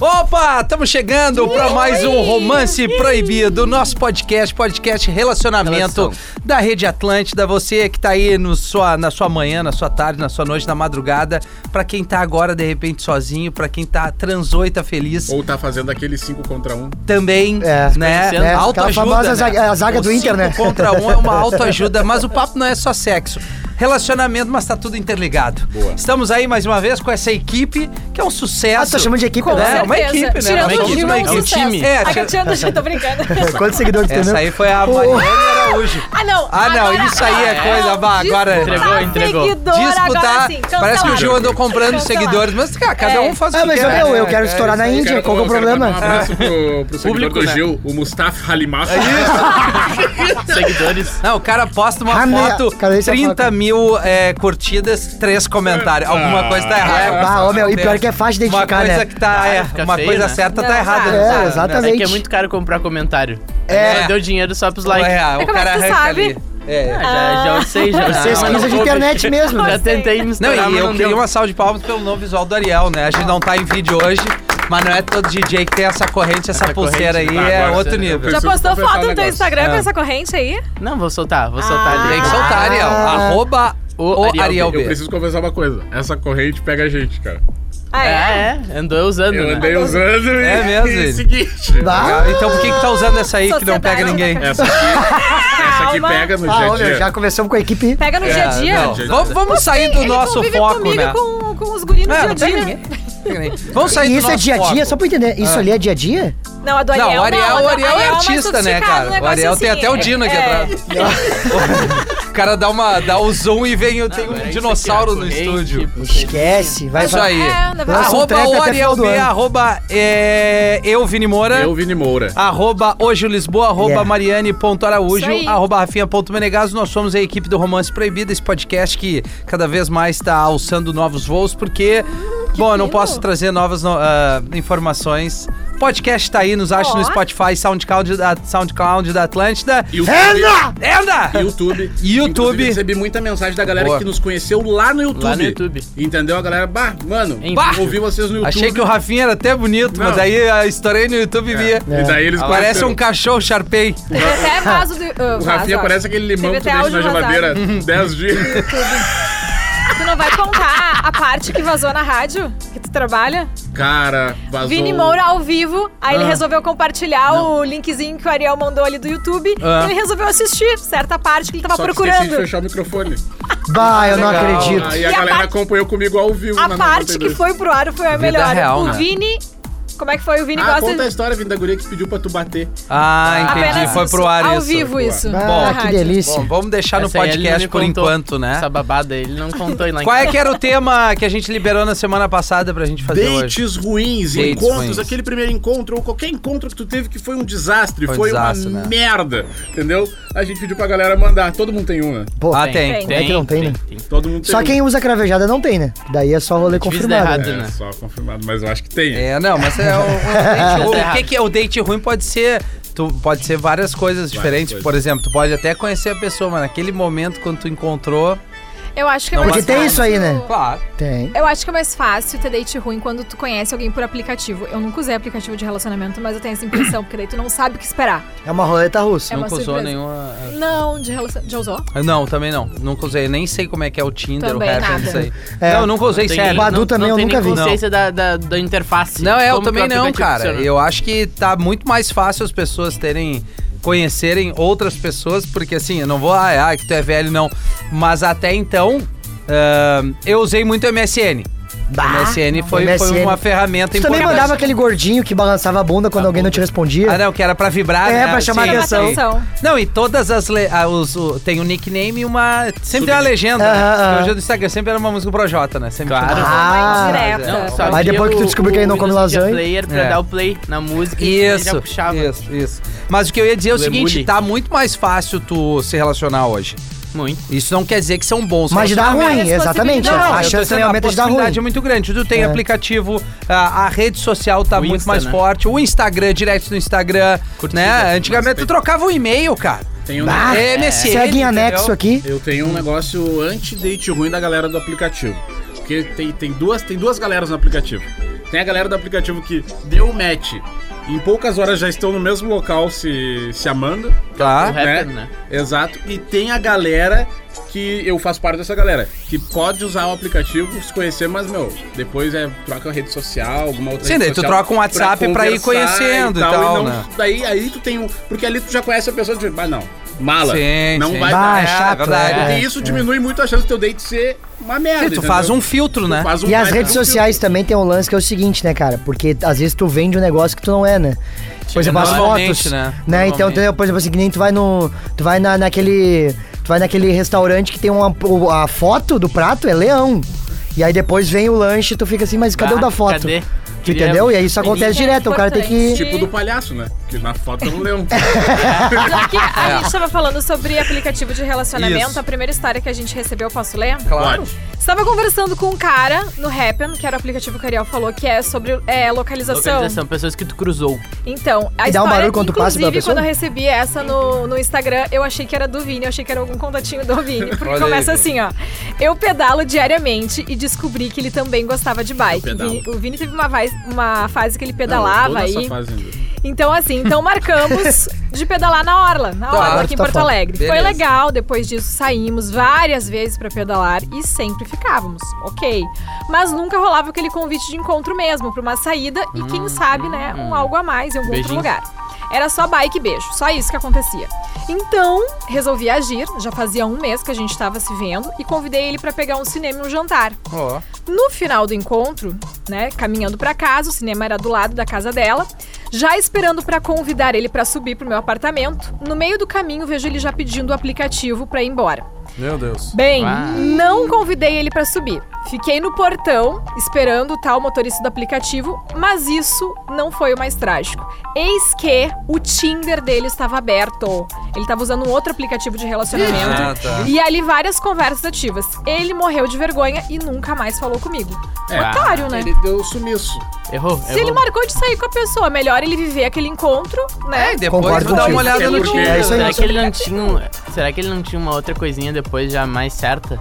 Opa, estamos chegando para mais um Romance Proibido, nosso podcast, podcast Relacionamento Relação. da Rede Atlântida. Você que tá aí no sua, na sua manhã, na sua tarde, na sua noite, na madrugada, para quem tá agora de repente sozinho, para quem tá transou e tá feliz, Ou tá fazendo aquele 5 contra 1. Um. também, É, né? é, aquela famosa né? zaga- a zaga O do Inter, cinco né? contra um é uma autoajuda, mas o papo não é só sexo. Relacionamento, mas tá tudo interligado. Boa. Estamos aí mais uma vez com essa equipe, que é um sucesso. Ah, tu tá chamando de equipe, Com É, né? certeza. uma equipe, né? Tirando Uma o equipe, Gil, uma é um equipe. sucesso. É, Ai, tira- tirando o Gil, tô brincando. Quantos seguidores tu tem Essa mesmo? aí foi a Mariana Araújo. Ah, não. Ah, não, isso aí é coisa, vá, agora- Disputar Entregou, entregou. seguidor, Disputar. Agora sim, Parece que o Gil cancelado. andou comprando Cancelado. seguidores, mas cara, cada É. um faz o Ah, que mas quer. eu, eu né, quero cara? estourar na Eu Índia, quero- qual que é o eu quero problema? mandar Um abraço pro, pro seguidor Público, do né? Gil, o Mustafa Halimasso. Seguidores. Não, o cara posta uma Ah, né, foto, cara, esse é 30 foda. mil é, curtidas, três comentários. Alguma coisa tá errada. Ah, ô, meu, e pior que é fácil de Uma identificar, coisa né? que tá. Ah, é, fica uma feio, coisa né? certa Não, tá errada. é, né? exatamente. É que é muito caro comprar comentário. É. Só deu dinheiro só pros likes. É, o Como cara é que tu arranca sabe? ali. É. Ah, já, já sei, já Você sei. pesquisa de internet mesmo. Já tentei me Não, estourar, e mas eu não queria deu. uma salva de palmas pelo novo visual do Ariel, né? A gente não tá em vídeo hoje, mas não é todo DJ que tem essa corrente, essa, Essa pulseira aí, corrente, tá, é agora outro você- nível. Já Preciso postou completar foto um no teu negócio. Instagram com É. essa corrente aí? Não, vou soltar, vou soltar. Ah. Tem que direito. soltar, Ariel. Arroba O o Ariel Ariel B. Eu B. preciso confessar uma coisa. Essa corrente pega a gente, cara. Ah, é? É, é, andou usando, Eu né? andei usando e... É mesmo, e ele? seguinte... Bah. Então por que que tá usando essa aí que não Sociedade pega ninguém? da- Essa aqui, essa aqui Calma. pega no Ah, ô, dia a meu, dia. já começamos com a equipe. Pega no dia a dia. É, Ah, não. Vamos, vamos sair do Ele nosso convive foco, comigo né? e com, com os guris no É, dia a não pega dia. ninguém. Pega ninguém. Vamos sair E do isso é nosso dia a dia, foco. só pra entender. Isso ali é dia a dia? Não, a do Ariel. Não, o Ariel, a o do Ariel é mais artista, né, sofisticado, cara? um o negócio Ariel tem assim, até o é. Dino aqui É. atrás. o cara dá, uma, dá o zoom e vem, tem é um dinossauro no estúdio. Esquece, vai Isso aí. É, na verdade. Lança um Arroba trap o até Ariel final do B, ano. arroba é, eu, Vini Moura. Eu, Vini Moura. Arroba hoje Lisboa, arroba Yeah. Mariane.araújo, Isso aí. arroba Rafinha.menegas. Nós somos a equipe do Romance Proibido, esse podcast que cada vez mais está alçando novos voos, porque, bom, eu não lindo. posso trazer novas no- ah, informações. Podcast tá aí, nos acha Ó. no Spotify, SoundCloud da, SoundCloud da Atlântida. E o- Ela! Anda! YouTube. YouTube. Inclusive, recebi muita mensagem da galera Boa. que nos conheceu lá no YouTube. Lá no YouTube. Entendeu? A galera, bah, mano, Em bah, vídeo. ouvi vocês no YouTube. Achei que o Rafinha era até bonito, Não. mas daí ah, estourei no YouTube e É, via. né? E daí eles Parece conheceram. um cachorro, Sharpei. Teve até vaso de. ah, O vaso, Rafinha ó. parece aquele limão Teve que tu até deixa na áudio geladeira 10 dias. Tu não vai contar a parte que vazou na rádio que tu trabalha? Cara, vazou. Vini Moura ao vivo, aí ele Ah. resolveu compartilhar o linkzinho que o Ariel mandou ali do YouTube. Ah. E ele resolveu assistir certa parte que ele tava Só que esqueci de procurando. fechar o microfone. Bah, eu não Legal. acredito. Aí E a a galera parte- acompanhou comigo ao vivo. A na parte que 92. foi pro ar foi a Vida melhor. real, o né? Vini. Como é que foi? O Vini Ah, gosta conta a de. história, Vini, da guria que pediu pra tu bater. Ah, entendi. Foi pro ar ao isso. vivo isso. Ah, na que rádio. delícia. Bom, vamos deixar Essa Tá no aí ele não podcast me por contou. enquanda, né? Essa babada, ele não contou. e Lá em Qual é casa. que era o tema que a gente liberou na semana passada pra gente fazer hoje? Dates ruins, Dates encontros, ruins. aquele primeiro encontro ou qualquer encontro que tu teve que foi um desastre, Foi um foi, desastre, uma né? merda, entendeu? A gente pediu pra galera mandar. Todo mundo tem um, né? Pô, Ah, tem. Tem. É que não tem, né? Todo mundo tem Só um. quem usa cravejada não tem, né? Daí é só rolê Difícil confirmado. dar errado. É, né? só confirmado, mas eu acho que tem. É, não, mas é o, o, date, o, errado. que, que é o date ruim pode ser. Tu, pode ser várias coisas diferentes. coisas. Por exemplo, tu pode até conhecer a pessoa, mas naquele momento quando tu encontrou. Eu acho que é Não, mais Porque tem fácil. isso aí, né? Claro. Tem. Eu acho que é mais fácil ter date ruim quando tu conhece alguém por aplicativo. Eu nunca usei aplicativo de relacionamento, mas eu tenho essa impressão, porque daí tu não sabe o que esperar. É uma roleta russa. É uma nunca usou surpresa. nenhuma. é, Não, de relacionamento. Já usou? Não, também não. Nunca usei. Nem sei como é que é o Tinder, Também o Happn, nada. isso aí. É. não, nunca usei, Tem- sério. Badu também eu tem nunca nem vi. consciência da, da, da interface. Não, é, eu Como que o também não, aplicativo cara. funciona. Eu acho que tá muito mais fácil as pessoas terem conhecerem outras pessoas, porque assim, eu não vou, ah, é, ah que tu é velho, não. Mas até então, ahn, eu usei muito MSN. MSN, foi, foi MSN. uma ferramenta Tu também importante. mandava aquele gordinho que balançava a bunda quando alguém não te respondia. Ah, não, que era pra vibrar, É, né? pra chamar Sim, atenção. sim. Atenção. Não, e todas as... le- ah, os, o- tem um nickname e uma... Sempre tem uma legenda, né? Aham, Porque aham. hoje no Instagram sempre era uma música pro Jota, né? Sempre Claro. tinha- Ah, direta. é, Não, só Aí abria depois que tu o- descobriu que ele não o come Windows Media lasanha. player pra É. dar o play na música e ele já Isso, puxava. isso, isso. Mas o que eu ia dizer é o Do seguinte, emule. tá muito mais fácil tu se relacionar hoje. Muito. Isso não quer dizer que são bons. Mas dá ruim, Várias exatamente. possibilidades. Não, a eu tô chance dizendo, também aumenta a de dar ruim. possibilidade é muito grande. Tu tem É. aplicativo, a, a rede social tá O muito Insta, mais né? forte, o Instagram, direto do Instagram, Curtida, né? Antigamente tu mas- trocava o e-mail, cara. Tem um, Bah, É, MSN, Ah, segue em entendeu? anexo aqui. Eu tenho um negócio anti-date ruim da galera do aplicativo. Porque tem, tem, duas, tem duas galeras no aplicativo. Tem a galera do aplicativo que deu o match. Em poucas horas já estão no mesmo local se, se amando. Tá. O rapper, né? Exato. E tem a galera que eu faço parte dessa galera, que pode usar o aplicativo, se conhecer, mas meu, depois é troca rede social, alguma outra Sim, rede daí tu social troca um WhatsApp pra ir conversar conhecendo e tal, não- né? Daí aí tu tem um, porque ali tu já conhece a pessoa de, mas não, mala. Sim, não sim. vai Bah, dar. é, chato, verdade. é. E isso diminui muito a chance do teu date ser uma merda. Sim, tu faz entendeu? um filtro, né? Tu faz um- E as faz redes um filtro. sociais também tem um lance que é o seguinte, né, cara? Porque às vezes tu vende um negócio que tu não é, né? Por exemplo, as normalmente, fotos. né? Né? Então, Normalmente. entendeu? por exemplo, assim, que nem tu vai no. Tu vai na, naquele. Tu vai naquele restaurante que tem uma. o- A foto do prato é leão. E aí depois vem o lanche e tu fica assim, mas cadê o Ah, da foto? cadê? Tu entendeu? E aí isso acontece Isso é direto, o cara tem que. importante. Tipo do palhaço, né? Que na foto é um leão. Já que a gente tava falando sobre aplicativo de relacionamento, É. Isso. a primeira história que a gente recebeu, posso ler? Claro. Pode. Estava conversando com um cara no Happen, que era o aplicativo que o Ariel falou, que é sobre é, localização. Localização, pessoas que tu cruzou. Então, a E dá um história, barulho quando tu passa inclusive, pela pessoa? quando eu recebi essa no, no Instagram, eu achei que era do Vini, eu achei que era algum contatinho do Vini. Porque Olha aí, começa cara. assim, ó. Eu pedalo diariamente e descobri que ele também gostava de bike. Eu pedalo. Vini- o Vini teve uma, vai- uma fase que ele Toda pedalava essa aí. fase ainda. Então, assim, então marcamos de pedalar na Orla, na Tá, Orla aqui em tá Porto foda. Alegre. Foi Beleza. legal, depois disso saímos várias vezes pra pedalar e sempre ficávamos, ok. Mas nunca rolava aquele convite de encontro mesmo, pra uma saída e quem sabe, né, um algo a mais em algum outro Beijinhos. lugar. Era só bike e beijo, só isso que acontecia. Então, resolvi agir, já fazia um mês que a gente tava se vendo, e convidei ele pra pegar um cinema e um jantar. Ó. No final do encontro, né, caminhando pra casa, o cinema era do lado da casa dela, já esperando pra convidar ele pra subir pro meu apartamento. No meio do caminho, vejo ele já pedindo o aplicativo pra ir embora. Meu Deus. Bem, Uau. não convidei ele pra subir. Fiquei no portão esperando o tal motorista do aplicativo, mas isso não foi o mais trágico. Eis que o Tinder dele estava aberto. Ele estava usando um outro aplicativo de relacionamento. Ah, tá. E ali várias conversas ativas. Ele morreu de vergonha e nunca mais falou comigo. É. Ah, Otário, né? Ele deu um sumiço. Ah, Errou, Se ele É errou. marcou de sair com a pessoa, melhor ele viver aquele encontro, né? É, e depois Concordo vou dar uma contigo. olhada no É, porque- Tinder. né, é isso aí. Será que, ele não tinha, um- será que ele não tinha uma outra coisinha depois já mais certa?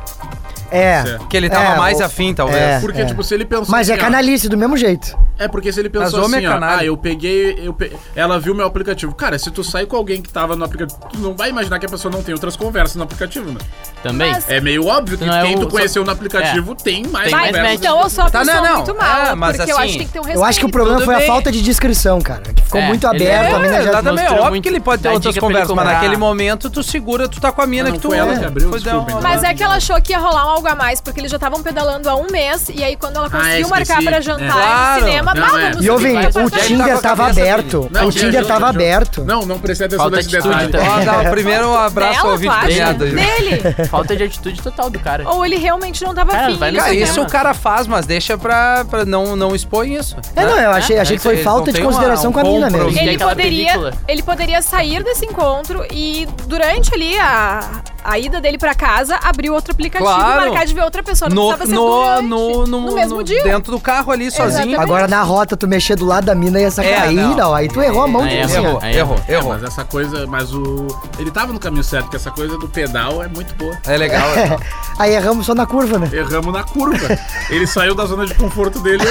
É. Certo. Que ele tava É, mais o- afim, talvez. é. Porque, tipo, se ele pensou Mas é assim, ó, canalice do mesmo jeito. É porque se ele Mas pensou homem assim, é ó, canalha. ah, eu peguei, eu pe- ela viu meu aplicativo. Cara, se tu sai com alguém que tava no aplicativo, tu não vai imaginar que a pessoa não tem outras conversas no aplicativo, né? Também? Mas- É meio óbvio que Não, é quem o- tu conheceu no aplicativo tem mais Tem mais Mas conversas. então eu sou uma Tá, pessoa não, não. muito mala, É, mas porque eu assim, acho que tem que ter um respeito. Eu acho que o problema tudo foi bem. a falta de descrição, cara. Que ficou É, muito ele- aberto, É, a mina já. exatamente. mostrou Óbvio muito. que ele pode ter Dá outras dica pra ele conversas, mas comprar. naquele momento tu segura, tu tá com a mina Não, que tu foi ela que abriu, Foi dar uma- desculpa, Mas é que ela achou que ia rolar um algo a mais, porque eles já estavam pedalando há um mês, e aí Ah, quando ela conseguiu esqueci. marcar pra É. jantar né? Claro. no cinema, Não, bah, é. vamos E ouvi, subir pro o apartamento. Ele tá Tinder com a tava cabeça aberto. Não, O Tinder viajou, tava viajou. aberto. Não, não prestei atenção Falta nesse atitude detalhe. também. Ó, dá, Primeiro um abraço ao Dela, tu ouvinte acha? ganhado. Dele? Falta de atitude total do cara. Ou ele realmente não tava Cara, afim. é vai no Cara, Esse isso tema. o cara faz, mas deixa pra, pra não, não expõe isso. né? É, não, eu achei, É, achei é que foi isso aí, não falta de tem uma- consideração um com a mina compromisso. mesmo. E Ele aquela poderia, película? ele poderia sair desse encontro e durante ali a, a ida dele pra casa, abrir outro aplicativo Claro. e marcar de ver outra pessoa. Não No, precisava ser no, durante, no, no, mesmo no- dia. Dentro do carro ali, sozinho. Exatamente. Agora na rota, tu mexer do lado da mina ia sacar. É, aí, não. não. aí tu errou a mão Aí de errou. assim, ó. Errou, errou, É, errou. mas essa coisa, mas o ele tava no caminho certo, que essa coisa do pedal é muito boa. É legal. é legal. Aí erramos só na curva, né? Erramos na curva. ele saiu da zona de conforto dele,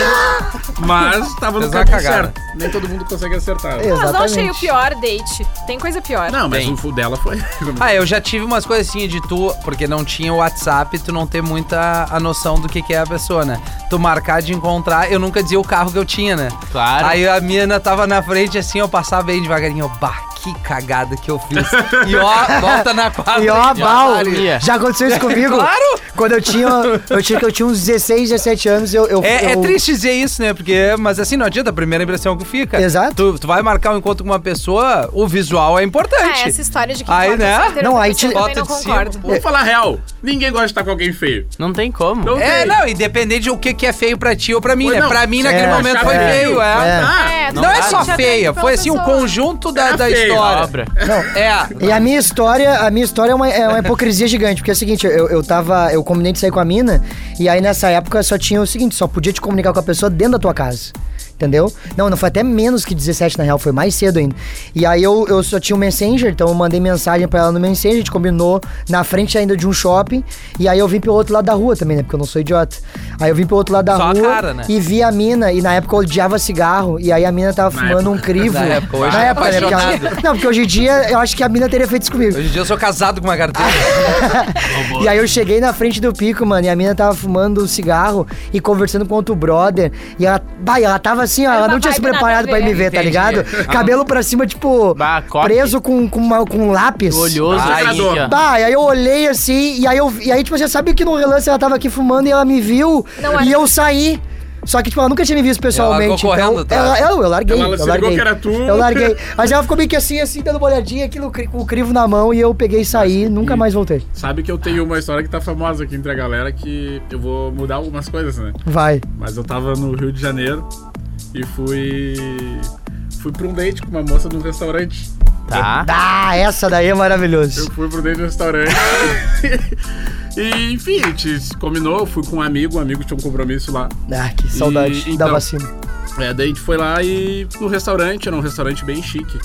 mas tava no Fez uma caminho cagada. certo. Nem todo mundo consegue acertar. É. Mas não achei Exatamente. o pior date. Tem coisa pior. Não, mas Bem. o full dela foi. Ah, eu já tive umas coisas assim de tu, porque não tinha o WhatsApp, tu não ter muita a noção do que, que é a pessoa, né? Tu marcar de encontrar, eu nunca dizia o carro que eu tinha, né? Claro. Aí a mina tava na frente assim, eu passava bem devagarinho, eu, bah, que cagada que eu fiz. E ó, volta na quadra. E ó, bal. Maria. Já aconteceu isso comigo? Claro! Quando eu tinha, eu tinha, eu tinha uns 16, 17 anos, eu... eu É, é eu- triste dizer isso, né? Porque, mas assim, não adianta, a primeira impressão que fica. Exato. Tu, tu vai marcar um encontro com uma pessoa, o visual é importante. Ah, essa história de que Aí, né? Não, aí te- eu também Bota não de cima, concordo. pô. Vamos falar real. Ninguém gosta de estar com alguém feio. Não tem como. Não É, tem. não, independente do que, que é feio pra ti ou pra mim, Foi, né? não. Pra mim, naquele É, momento, foi é, feio, é. é. Ah, É, Não, tu é te só atende feia, pela foi assim um pessoa. conjunto da, Era da feio, história. obra. Não, É. E a minha história, a minha história é uma, é uma hipocrisia gigante, porque é o seguinte, eu, eu tava. Eu combinei de sair com a mina, e aí nessa época só tinha o seguinte, só podia te comunicar com a pessoa dentro da tua casa. Entendeu? Não, não foi até menos que 17, na real, foi mais cedo ainda. E aí eu, eu só tinha o Messenger, então eu mandei mensagem pra ela no Messenger, a gente combinou na frente ainda de um shopping. E aí eu vim pro outro lado da rua também, né? Porque eu não sou idiota. Aí eu vim pro outro lado da Só a rua cara, né? e vi a mina, e na época eu odiava cigarro, e aí a mina tava fumando um crivo. Na época, hoje na é época, né? Porque ela- apaixonado. não, porque hoje em dia eu acho que a mina teria feito isso comigo. Hoje em dia eu sou casado com uma carteira. E aí eu cheguei na frente do pico, mano, e a mina tava fumando um cigarro e conversando com outro brother. E ela, vai, ela tava assim, ó, Era ela uma não tinha se vibe nada preparado a pra ir me ver. ver, tá Entendi. ligado? Cabelo pra cima, tipo, Bah, coque. preso com, com, uma- com um lápis. Olhoso, Ai, assim, Tá. aqui, ó. Bah, e aí eu olhei assim, e aí eu. E aí, tipo, você sabe que no relance ela tava aqui fumando e ela me viu. Não e era. eu saí. Só que, tipo, ela nunca tinha me visto pessoalmente. largou então, correndo, tá? ela, eu, eu larguei. Ela eu se ligou larguei. que era tu. Eu larguei. Mas ela ficou meio que assim, assim, dando uma olhadinha, aquilo cri- com o crivo na mão, e eu peguei e saí, nunca E- mais voltei. Sabe que eu tenho uma história que tá famosa aqui entre a galera que eu vou mudar algumas coisas, né? Vai. Mas eu tava no Rio de Janeiro e fui. Fui pra um date com uma moça num restaurante. Tá. Ah, essa daí é Eu maravilhoso. fui pro dentro do restaurante. e, enfim, a gente combinou, eu fui com um amigo, um amigo tinha um compromisso lá. Ah, que saudade E- da então- vacina. É, daí a gente foi lá e no restaurante, era um restaurante bem chique.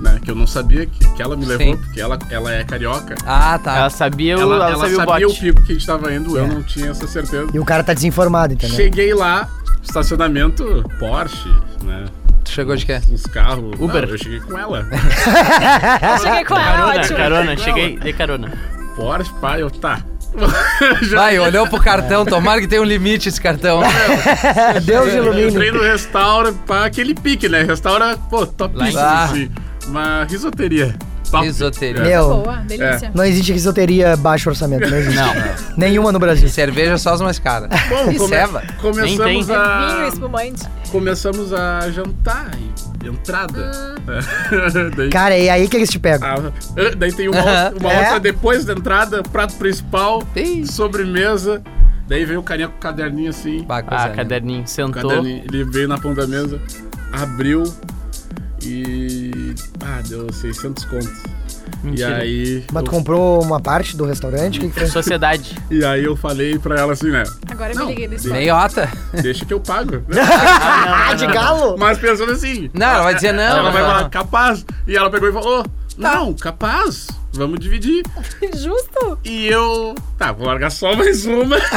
Né, que eu não sabia que, que ela me levou, Sim. porque ela, ela é carioca. Ah, tá. Ela sabia, o- ela ela, ela sabia, o bote. É. pico que a gente tava indo, eu não tinha essa certeza. E o cara tá desinformado, entendeu? Cheguei lá, estacionamento, Porsche, né? Tu chegou de quê? Uns carros. Uber. Não, eu cheguei com ela. Eu cheguei com ela, Carona, ótimo. carona, cheguei de carona. Porsche, pai, eu tá. Já Vai, olhou pro cartão, tomara que tenha um limite esse cartão. É, Deus Entrei ilumine. no restaura, pá, aquele pique, né? Restaura, pô, topíssimo, Lá. assim. Uma risoteria. Top. Risoteria. É. Meu, Boa, delícia. não existe risoteria baixo orçamento, não existe. Não. Nenhuma no Brasil. Cerveja só as mais caras. Bom, E É. come- ceva. Nem começamos É. tem. né? Vinho, a, espumante. começamos a jantar e entrada. Ah. daí, Cara, é aí que eles te pegam. a- ah, daí tem uma, outra- uma É. outra depois da entrada, prato principal, Ih. sobremesa. Daí veio o carinha com o caderninho assim. Bah, coisa Ah, linda. caderninho, sentou. Caderninho, ele veio na ponta da mesa, abriu e. Ah, deu 600 contos. Mentira. E aí. Mas tu comprou uma parte do restaurante? O que, que foi? Sociedade. E aí eu falei pra ela assim, né? Agora eu Não, me liguei desse Meiota. Deixa que eu pago. Ah, de galo? Mas pensando assim. Não, ela vai dizer não. ela vai não. Tá. falar, capaz. E ela pegou e falou, não, capaz. Vamos dividir. Justo? E eu. Tá, vou largar só mais uma.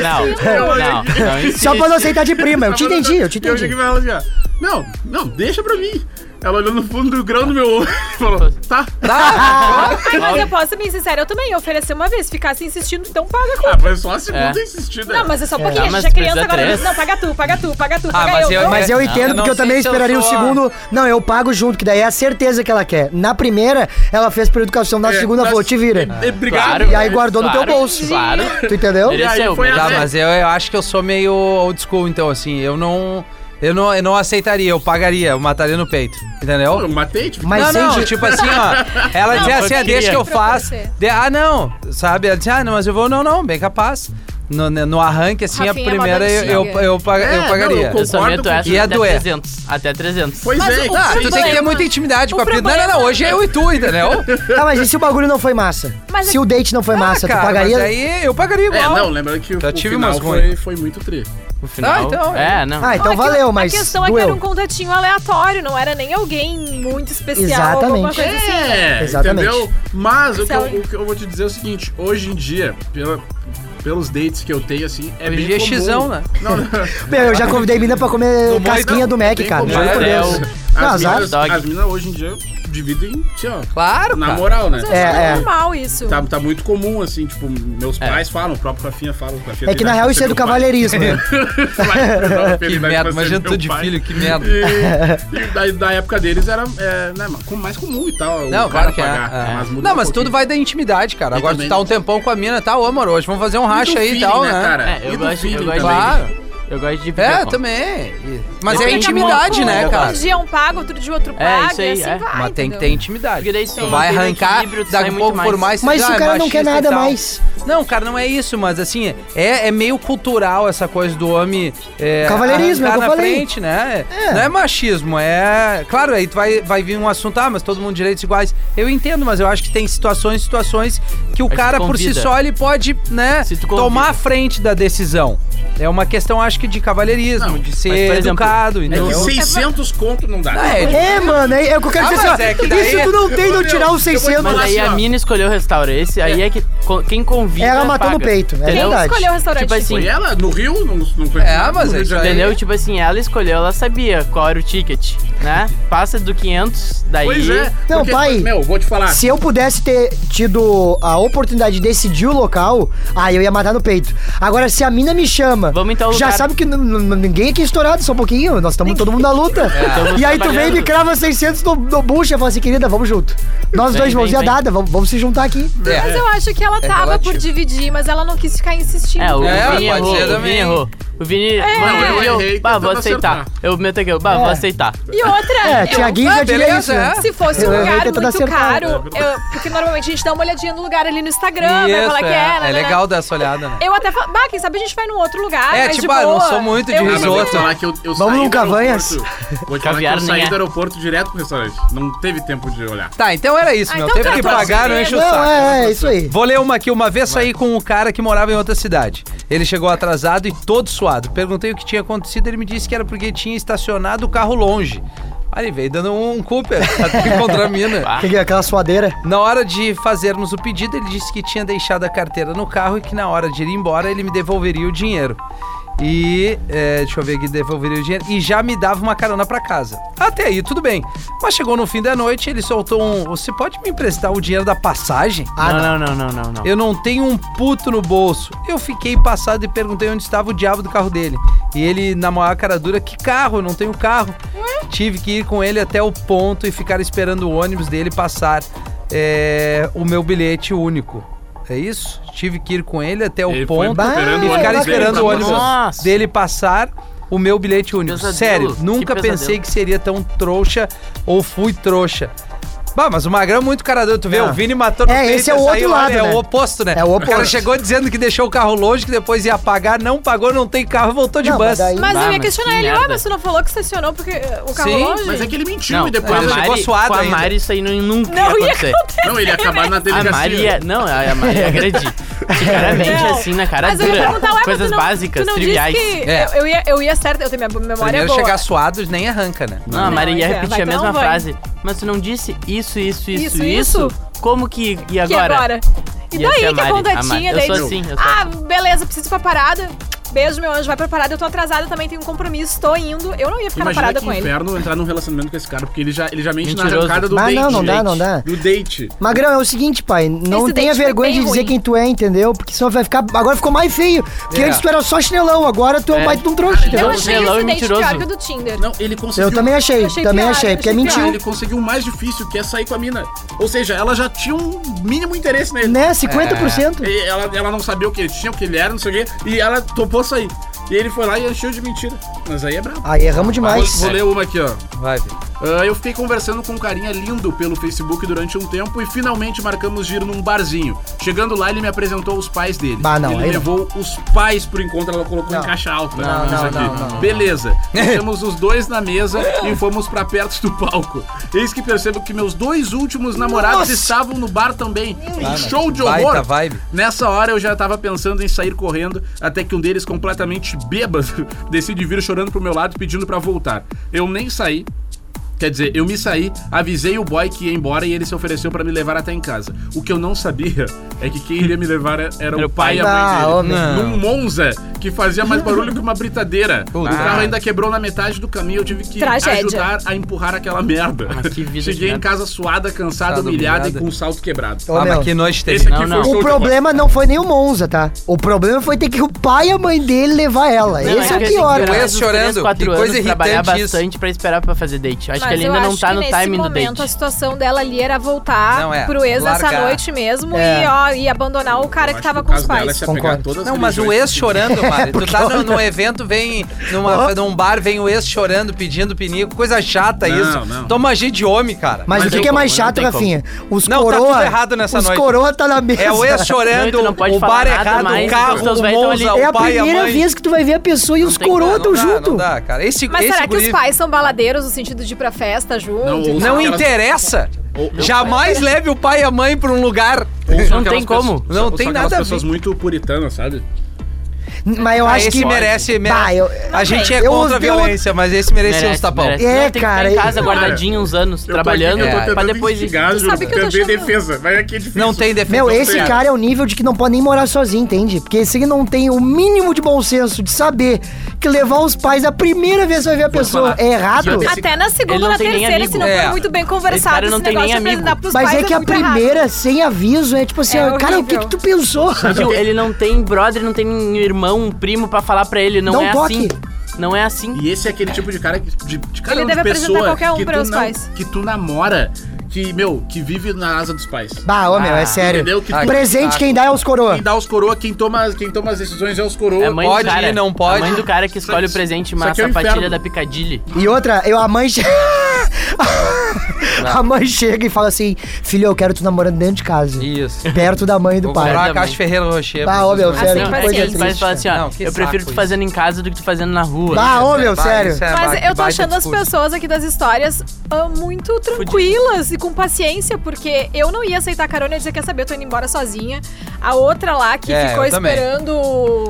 Não, não, não. insiste. Só pra não aceitar de prima, eu te entendi, eu te Eu cheguei entendi. pra ela assim, ó. Não, não, deixa pra mim. Ela olhou no fundo do grão do meu olho e falou, tá. Ai, mas é eu posso ser bem sincera, eu também. Oferecer uma vez, ficasse insistindo, então paga com. Ah, foi só a segunda É. insistida. Não, mas é só um Tá, pouquinho, Ah, a gente mas é criança precisa agora. três. Não, paga tu, paga tu, paga tu, paga mas eu. eu- não. Ah, Mas eu Eu entendo, não porque eu sei também se eu esperaria o sou a- segundo. Não, eu pago junto, que daí é a certeza que ela quer. Na primeira, ela fez por educação, na É, segunda mas- falou, te vira. E, e, obrigado. é. E é, aí guardou no teu claro, bolso. Claro. Tu entendeu? E aí Mereceu, foi é mas- Tá, assim. mas eu, eu acho que eu sou meio old school, então, assim, eu não. Eu não, eu não aceitaria, eu pagaria, eu mataria no peito. Entendeu? Pô, Eu matei, tipo, Mas não, não, sem- tipo assim, ó. Ela Não, dizia assim, eu ah, deixa queria. que eu Pra faço. você. De- ah, não, sabe? Ela dizia, ah, não, mas eu vou, não, não, bem capaz. No, no arranque, assim, Rafinha a é primeira eu, eu, moda eu pa- É, eu não, pagaria. eu Eu só meto Concordo essa com- Ia até doer. 300. Até 300. Pois Mas é, o- Ah, tá. tu tem que ter muita intimidade O com a Pri. Não, não, não, problema- hoje é eu e tu, entendeu? Tá, mas e se o bagulho não foi massa? Mas é- se o date não foi massa, Ah, cara, tu pagaria? Mas aí eu pagaria É, igual. não, lembrando que o, Já o tive final umas foi, foi muito tri. O final. Ah, então, é. é, não. Ah, então Não, é que valeu, a mas questão é que era doeu. um contatinho aleatório, não era nem alguém muito especial. Exatamente. Alguma coisa assim. É, Exatamente. entendeu? Mas o que, Então- eu, o que eu vou te dizer é o seguinte, hoje em dia, pela- pelos dates que eu tenho, assim, é Hoje bem em dia é comum. xizão, né? Não, não. Meu, eu já convidei mina pra comer Não, mas casquinha não, do Mac, bem cara. comum. Juro por É, um. Deus. é um Não, As azar. minas, Dog. as minas hoje em dia dividem, assim, ó, Claro, na cara. moral, né? Mas É, eu acho é. normal isso. Tá, tá muito comum, assim, tipo, meus É. pais falam, o próprio Rafinha fala. o Rafinha É tem que na idade real pra isso ser é do meu pai. cavalheirismo, né? Que merda, imagina tu de filho, que merda. E, e da, da época deles era é, né, com- mais comum e tal. o Não, claro cara que é. pagar, é. mas muda não, um mas tudo pouquinho. vai da intimidade, cara. E Agora tu também- tá um tempão com a mina, tá? Ô, amor, hoje vamos fazer um E do racha aí e feeling, tal, né? cara? É, E eu do gosto, eu feeling também. gosto Claro. de- Eu gosto de É, videocom. também. E- Mas é Depende intimidade, muito. né, Eu cara? Um dia um paga, outro dia outro paga, isso e aí, assim é. vai. Mas tem que ter entendeu? intimidade. Porque daí se Tu tu vai manter o arrancar, equilíbrio, daqui tu sai a muito pouco por mais. mais. que Mas diz, o "Ah, é cara não machista quer e nada tal." mais. Não, o cara não é isso, mas assim, é, é meio cultural essa coisa do homem. É, Cavalheirismo, é o que arrancar eu na falei. frente, né? É. Não é machismo, é. Claro, aí tu vai, vai vir um assunto, ah, mas todo mundo direitos iguais. Eu entendo, mas eu acho que tem situações, situações que o Aí tu cara por si convida. só ele pode, né, Se tu convida. tomar a frente da decisão. É uma questão, acho que, de cavalheirismo, Não, de mas, ser por exemplo, educado. É entendeu? que 600 conto não dá. Não, é, É, mano, é, é o que eu quero Ah, dizer mas assim, ó, é que daí isso tu não tem de eu Meu tirar Deus, os eu vou 600. Mas ah. Assim, aí a ó. mina escolheu o restaurante. Esse aí é que co- quem convida. Ela matou paga. no peito, é Quem Entendeu? verdade. escolheu o restaurante? Tipo assim, Foi ela? No Rio? Não, não foi É, mas é no Rio de isso aí. Janeiro. Entendeu? Tipo assim, ela escolheu, ela sabia qual era o ticket, né? Passa do 500, daí. Pois é. Não, porque, pai. Meu, vou te falar. Se eu pudesse ter tido a oportunidade de decidir o local, aí eu ia matar no peito. Agora, se a mina me chama, Vamos então ao já lugar. sabe que n- n- ninguém aqui é estourado, só um pouquinho, nós estamos todo mundo é na luta. Tamo e aí tu vem e É, trabalhando. me crava 600 no, no bucha e fala assim, querida, vamos junto. Nós Vem, dois, de mãozinha vem, vem. dada, vamos, vamos se juntar aqui. é. Mas eu acho que ela tava por relativo. dividir, mas ela não quis ficar insistindo. É, o É, Vini pode errou, ser o também. Vini errou. O Vini, É. mano, eu eu, errei bah, vou tentando aceitar. acertar. Eu meto aqui, eu, bah, É. vou aceitar. E outra, É, eu- Tiaguinho Ah, já diria isso. beleza, é. se fosse um Eu errei lugar tentando muito acertar. caro, eu- porque normalmente a gente dá uma olhadinha no lugar ali no Instagram, vai falar Isso, que é. é. né, É né, né. legal dar essa olhada, né? Eu até falo, bah, quem sabe a gente vai num outro lugar. É, mas tipo, de ah, não boa. sou muito de Eu- Cara, mas vou te risoto. falar que eu, eu Vamos saí num do Cavanhas? aeroporto- Vou te falar que eu Caviar nem saí é. do aeroporto direto pro restaurante. Não teve tempo de olhar. Tá, então era isso, Ah, meu. então Teve tá, que tô pagar, não sabendo. enche o Não, saco. é, é isso aí. Vou ler uma aqui. Uma vez saí com um cara que morava em outra cidade. Ele chegou atrasado e todo suado. Perguntei o que tinha acontecido. Ele me disse que era porque tinha estacionado o carro longe. Aí ele veio dando um Cooper até encontrar a Ah. mina. Que- é Aquela suadeira. Na hora de fazermos o pedido, ele disse que tinha deixado a carteira no carro e que na hora de ir embora ele me devolveria o dinheiro. E é, deixa eu ver aqui, devolveria o dinheiro e já me dava uma carona pra casa. Até aí, tudo bem. Mas chegou no fim da noite, ele soltou um. Você pode me emprestar o dinheiro da passagem? Ah, não. não, não, não, não, não, não. Eu não tenho um puto no bolso. Eu fiquei passado e perguntei onde estava o diabo do carro dele. E ele, na maior cara dura, que carro? Eu não tenho carro. Hum? Tive que ir com ele até o ponto e ficar esperando o ônibus dele passar é, o meu bilhete único. É isso? Tive que ir com ele até o Ele foi ponto esperando e o ficar ônibus dele esperando pra o ônibus passar. Nossa. dele passar o meu bilhete único. Pesadelo, Sério, que nunca pesadelo. pensei que seria tão trouxa ou fui trouxa. Bah, mas o Magrão é muito cara dura. Tu vê, Ah. o Vini matou no É, peito, esse é o essa outro aí, olha, lado, É né? o oposto, né? É o cara oposto. chegou dizendo que deixou o carro longe, que depois ia pagar, não pagou, não tem carro, voltou de Não, bus. mas daí- Mas Bah, eu ia mas questionar que ele, ó, merda. mas você não falou que estacionou porque eh, o carro Sim, longe? Mas é que ele mentiu e com depois a ele chegou Mari, suado com a ainda. Mari isso aí não, nunca Não ia ia acontecer. Não, ele ia acabar na A delegacia. Maria. Não, a a Maria agredi. Claramente, Não. assim, na cara Mas eu ia dura. perguntar, ué, mas Coisas tu não, básicas, tu não triviais. Disse que É. eu, eu ia, eu ia certo, eu tenho minha memória Primeiro é boa. chegar suados nem arranca, né? Não, a Não, Maria mas é, ia repetir vai a que mesma não vai. frase. Mas tu não disse isso, isso, isso, Isso, isso? Como que. E Que é agora? agora? E Ia ser daí a que a Mari, a Mari. contatinha Eu daí sou diz, assim, eu sou Ah, beleza, preciso ir pra parada. Beijo, meu anjo, vai pra parada. Eu tô atrasada também, tenho um compromisso, tô indo. Eu não ia ficar na Imagina parada que com ele. inferno entrar num relacionamento com esse cara, porque ele já, ele já mente na Mentiroso. arrancada do Ah, date. não, não dá, gente. não dá. Do date. Magrão, é o seguinte, pai, não Esse tenha dente foi vergonha de bem dizer ruim. quem tu é, entendeu? Porque senão vai ficar. Agora ficou mais feio. Porque É. antes tu era só chinelão, agora tu é um É. baita de um trouxa, Eu entendeu? Não, achei gelão esse é e date mentiroso. pior que o do Tinder. Não, ele conseguiu. Eu também achei, achei também pior, achei, porque achei mentiu. pior. Ele conseguiu o mais difícil, que é sair com a mina. Ou seja, ela já tinha um mínimo interesse nele. Né? É. 50%? E ela, ela não sabia o que ele tinha, o que ele era, não sei o quê. E ela topou sair. E ele foi lá e encheu de mentira. Mas aí é brabo. Aí erramos Vou, demais. vou ler uma aqui, ó. Vai, Vini. Ah, eu fiquei conversando com um carinha lindo pelo Facebook durante um tempo e finalmente marcamos giro num barzinho. Chegando lá, ele me apresentou os pais dele. Bah, não, ele aí não. levou os pais pro encontro, ela colocou Não. em caixa alta. Não, Isso não, aqui. não, não. Beleza. Deixamos os dois na mesa e fomos pra perto do palco. Eis que percebo que meus dois últimos namorados Nossa. estavam no bar também. Um show de Baita horror. vibe. Nessa hora eu já tava pensando em sair correndo, até que um deles, completamente bêbado, decide vir chorando pro meu lado pedindo pra voltar. Eu nem saí. Quer dizer, eu me saí, avisei o boy que ia embora e ele se ofereceu pra me levar até em casa. O que eu não sabia é que quem iria me levar era, era o Meu pai e a pai. Ah, mãe dele. homem. Num Monza que fazia mais barulho que uma britadeira. O Puta. carro ainda quebrou na metade do caminho, eu tive que Tragédia. ajudar a empurrar aquela merda. Mas que vida de Cheguei em merda. casa suada, cansada, Cansada, humilhada e humilhada. com o salto quebrado. Ô, ah, meu, mas que noite teve. Esse aqui Não, foi o não. show O de horror. problema não foi nem o Monza, tá? O problema foi ter que o pai e a mãe dele levar ela. Não, Esse é o que ele pior, durou Eu cara. ia uns chorando, três, quatro que anos coisa pra trabalhar irritante isso. bastante pra esperar pra fazer date. Acho que ele eu ainda não acho tá que no nesse timing do momento, date. A situação dela ali era voltar Não, é, pro ex largar. essa noite mesmo É. e, ó, e abandonar o cara Eu que acho tava o com os caso dela é pais. se apegar a Concordo. todas as Não, mas o religiões ex que- chorando, Mari. tu porque tá olha- num, num evento, vem numa, Ó. num bar, vem o ex chorando, pedindo pinico. Coisa chata Não, isso. não. Toma G de homem, cara. Mas, Mas o que, tem que é mais como, não chato, tem como. Rafinha? Os Não, tá coroa. tudo errado nessa os noite. coroa tá na mesa. É o ex chorando, Não, tu não pode o falar bar nada errado, o mais, carro, porque os o velhos tão Monza, ali. É o a pai, a primeira mãe. vez que tu vai ver a pessoa e os tem coroa como, tão Não dá, junto. Não dá, cara. Esse, Mas esse será que guri os pais são baladeiros no sentido de ir pra festa junto? Não, e ou- Não tal? Não, elas- interessa. Ou- Jamais leve o pai e a mãe pra um lugar. Ou são Não tem aquelas como. pessoas- Não são tem aquelas nada a pessoas ver. muito puritanas, sabe? Mas eu Ah, acho esse que. merece. merece. Bah, eu- a gente é eu contra a odeio- violência, mas esse merece, uns tapão. merece. É, Não, tem que ficar cara, em casa é- guardadinho uns anos, trabalhando, eu tô pra depois ir. instigar, Júlio, sabe que eu tô tentei achando- defesa, mas aqui é difícil. Não tem defesa. Meu, esse tem. cara é o nível de que não pode nem morar sozinho, entende? Porque se ele não tem o mínimo de bom senso de saber que levar os pais a primeira vez que vai ver a pessoa falar. é errado. Esse- Até na Ele segunda, não na tem nem terceira, amigo. se não É. for muito bem conversado, cara não esse tem negócio de nem amigo. apresentar pros Mas pais é que é a muito errado. primeira, sem aviso, é tipo assim, É ó, cara, o que horrível. que tu pensou? Viu? Ele não tem brother, não tem irmão, um primo pra falar pra ele. Não, Dá um é toque. assim. Não é assim. E esse é aquele tipo de cara que- de, de cara Ele não, deve de apresentar pessoa qualquer um que pra tu os não- pais. Que tu namora, que, meu, que vive na asa dos pais. Bah, ô meu, é Ah, sério. Entendeu? Que Ai, tá. tu- Presente quem dá é os coroa. quem dá os coroa, quem toma, quem toma as decisões é os coroa. É a mãe pode do cara. ir, não pode. A mãe do cara que escolhe Isso- o isso presente aqui massa, um é o a patilha inferno. da Picadilly. E outra, eu, a mãe. che- a mãe chega e fala assim: Filho, eu quero tu namorando dentro de casa. Isso. Perto da mãe e do Vou pai. comprar a Também. Caixa Ferreira Rocher. Ah, ô, meu, Vocês- sério, Assim, que mas coisa é Os pais triste. falam assim, ó, Não, que eu prefiro saco tu isso. fazendo em casa do que tu fazendo na rua. Bah, ô meu, Bah, sério. isso é Mas ba- eu tô baita achando as discurso. pessoas aqui das histórias ah, muito tranquilas e com paciência, porque eu não ia aceitar carona e dizer, quer saber, eu tô indo embora sozinha. A outra lá que É, ficou eu também. esperando o,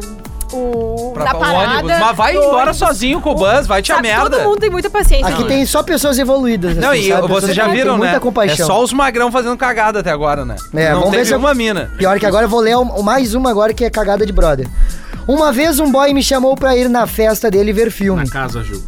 o- Pra- na o parada. ônibus. Mas vai do embora ônibus. sozinho com o bus, vai te a Sabe, merda. Todo mundo tem muita paciência. Aqui né? tem só pessoas evoluídas. é. Não, assim, e sabe? Pessoas vocês já que viram, têm né? muita compaixão. É só os magrão fazendo cagada até agora, né? É, Não vamos ver teve se eu- uma mina. Pior que agora eu vou ler um- mais uma agora que é cagada de brother. Uma vez um boy me chamou pra ir na festa dele ver filme. Na casa, Ju.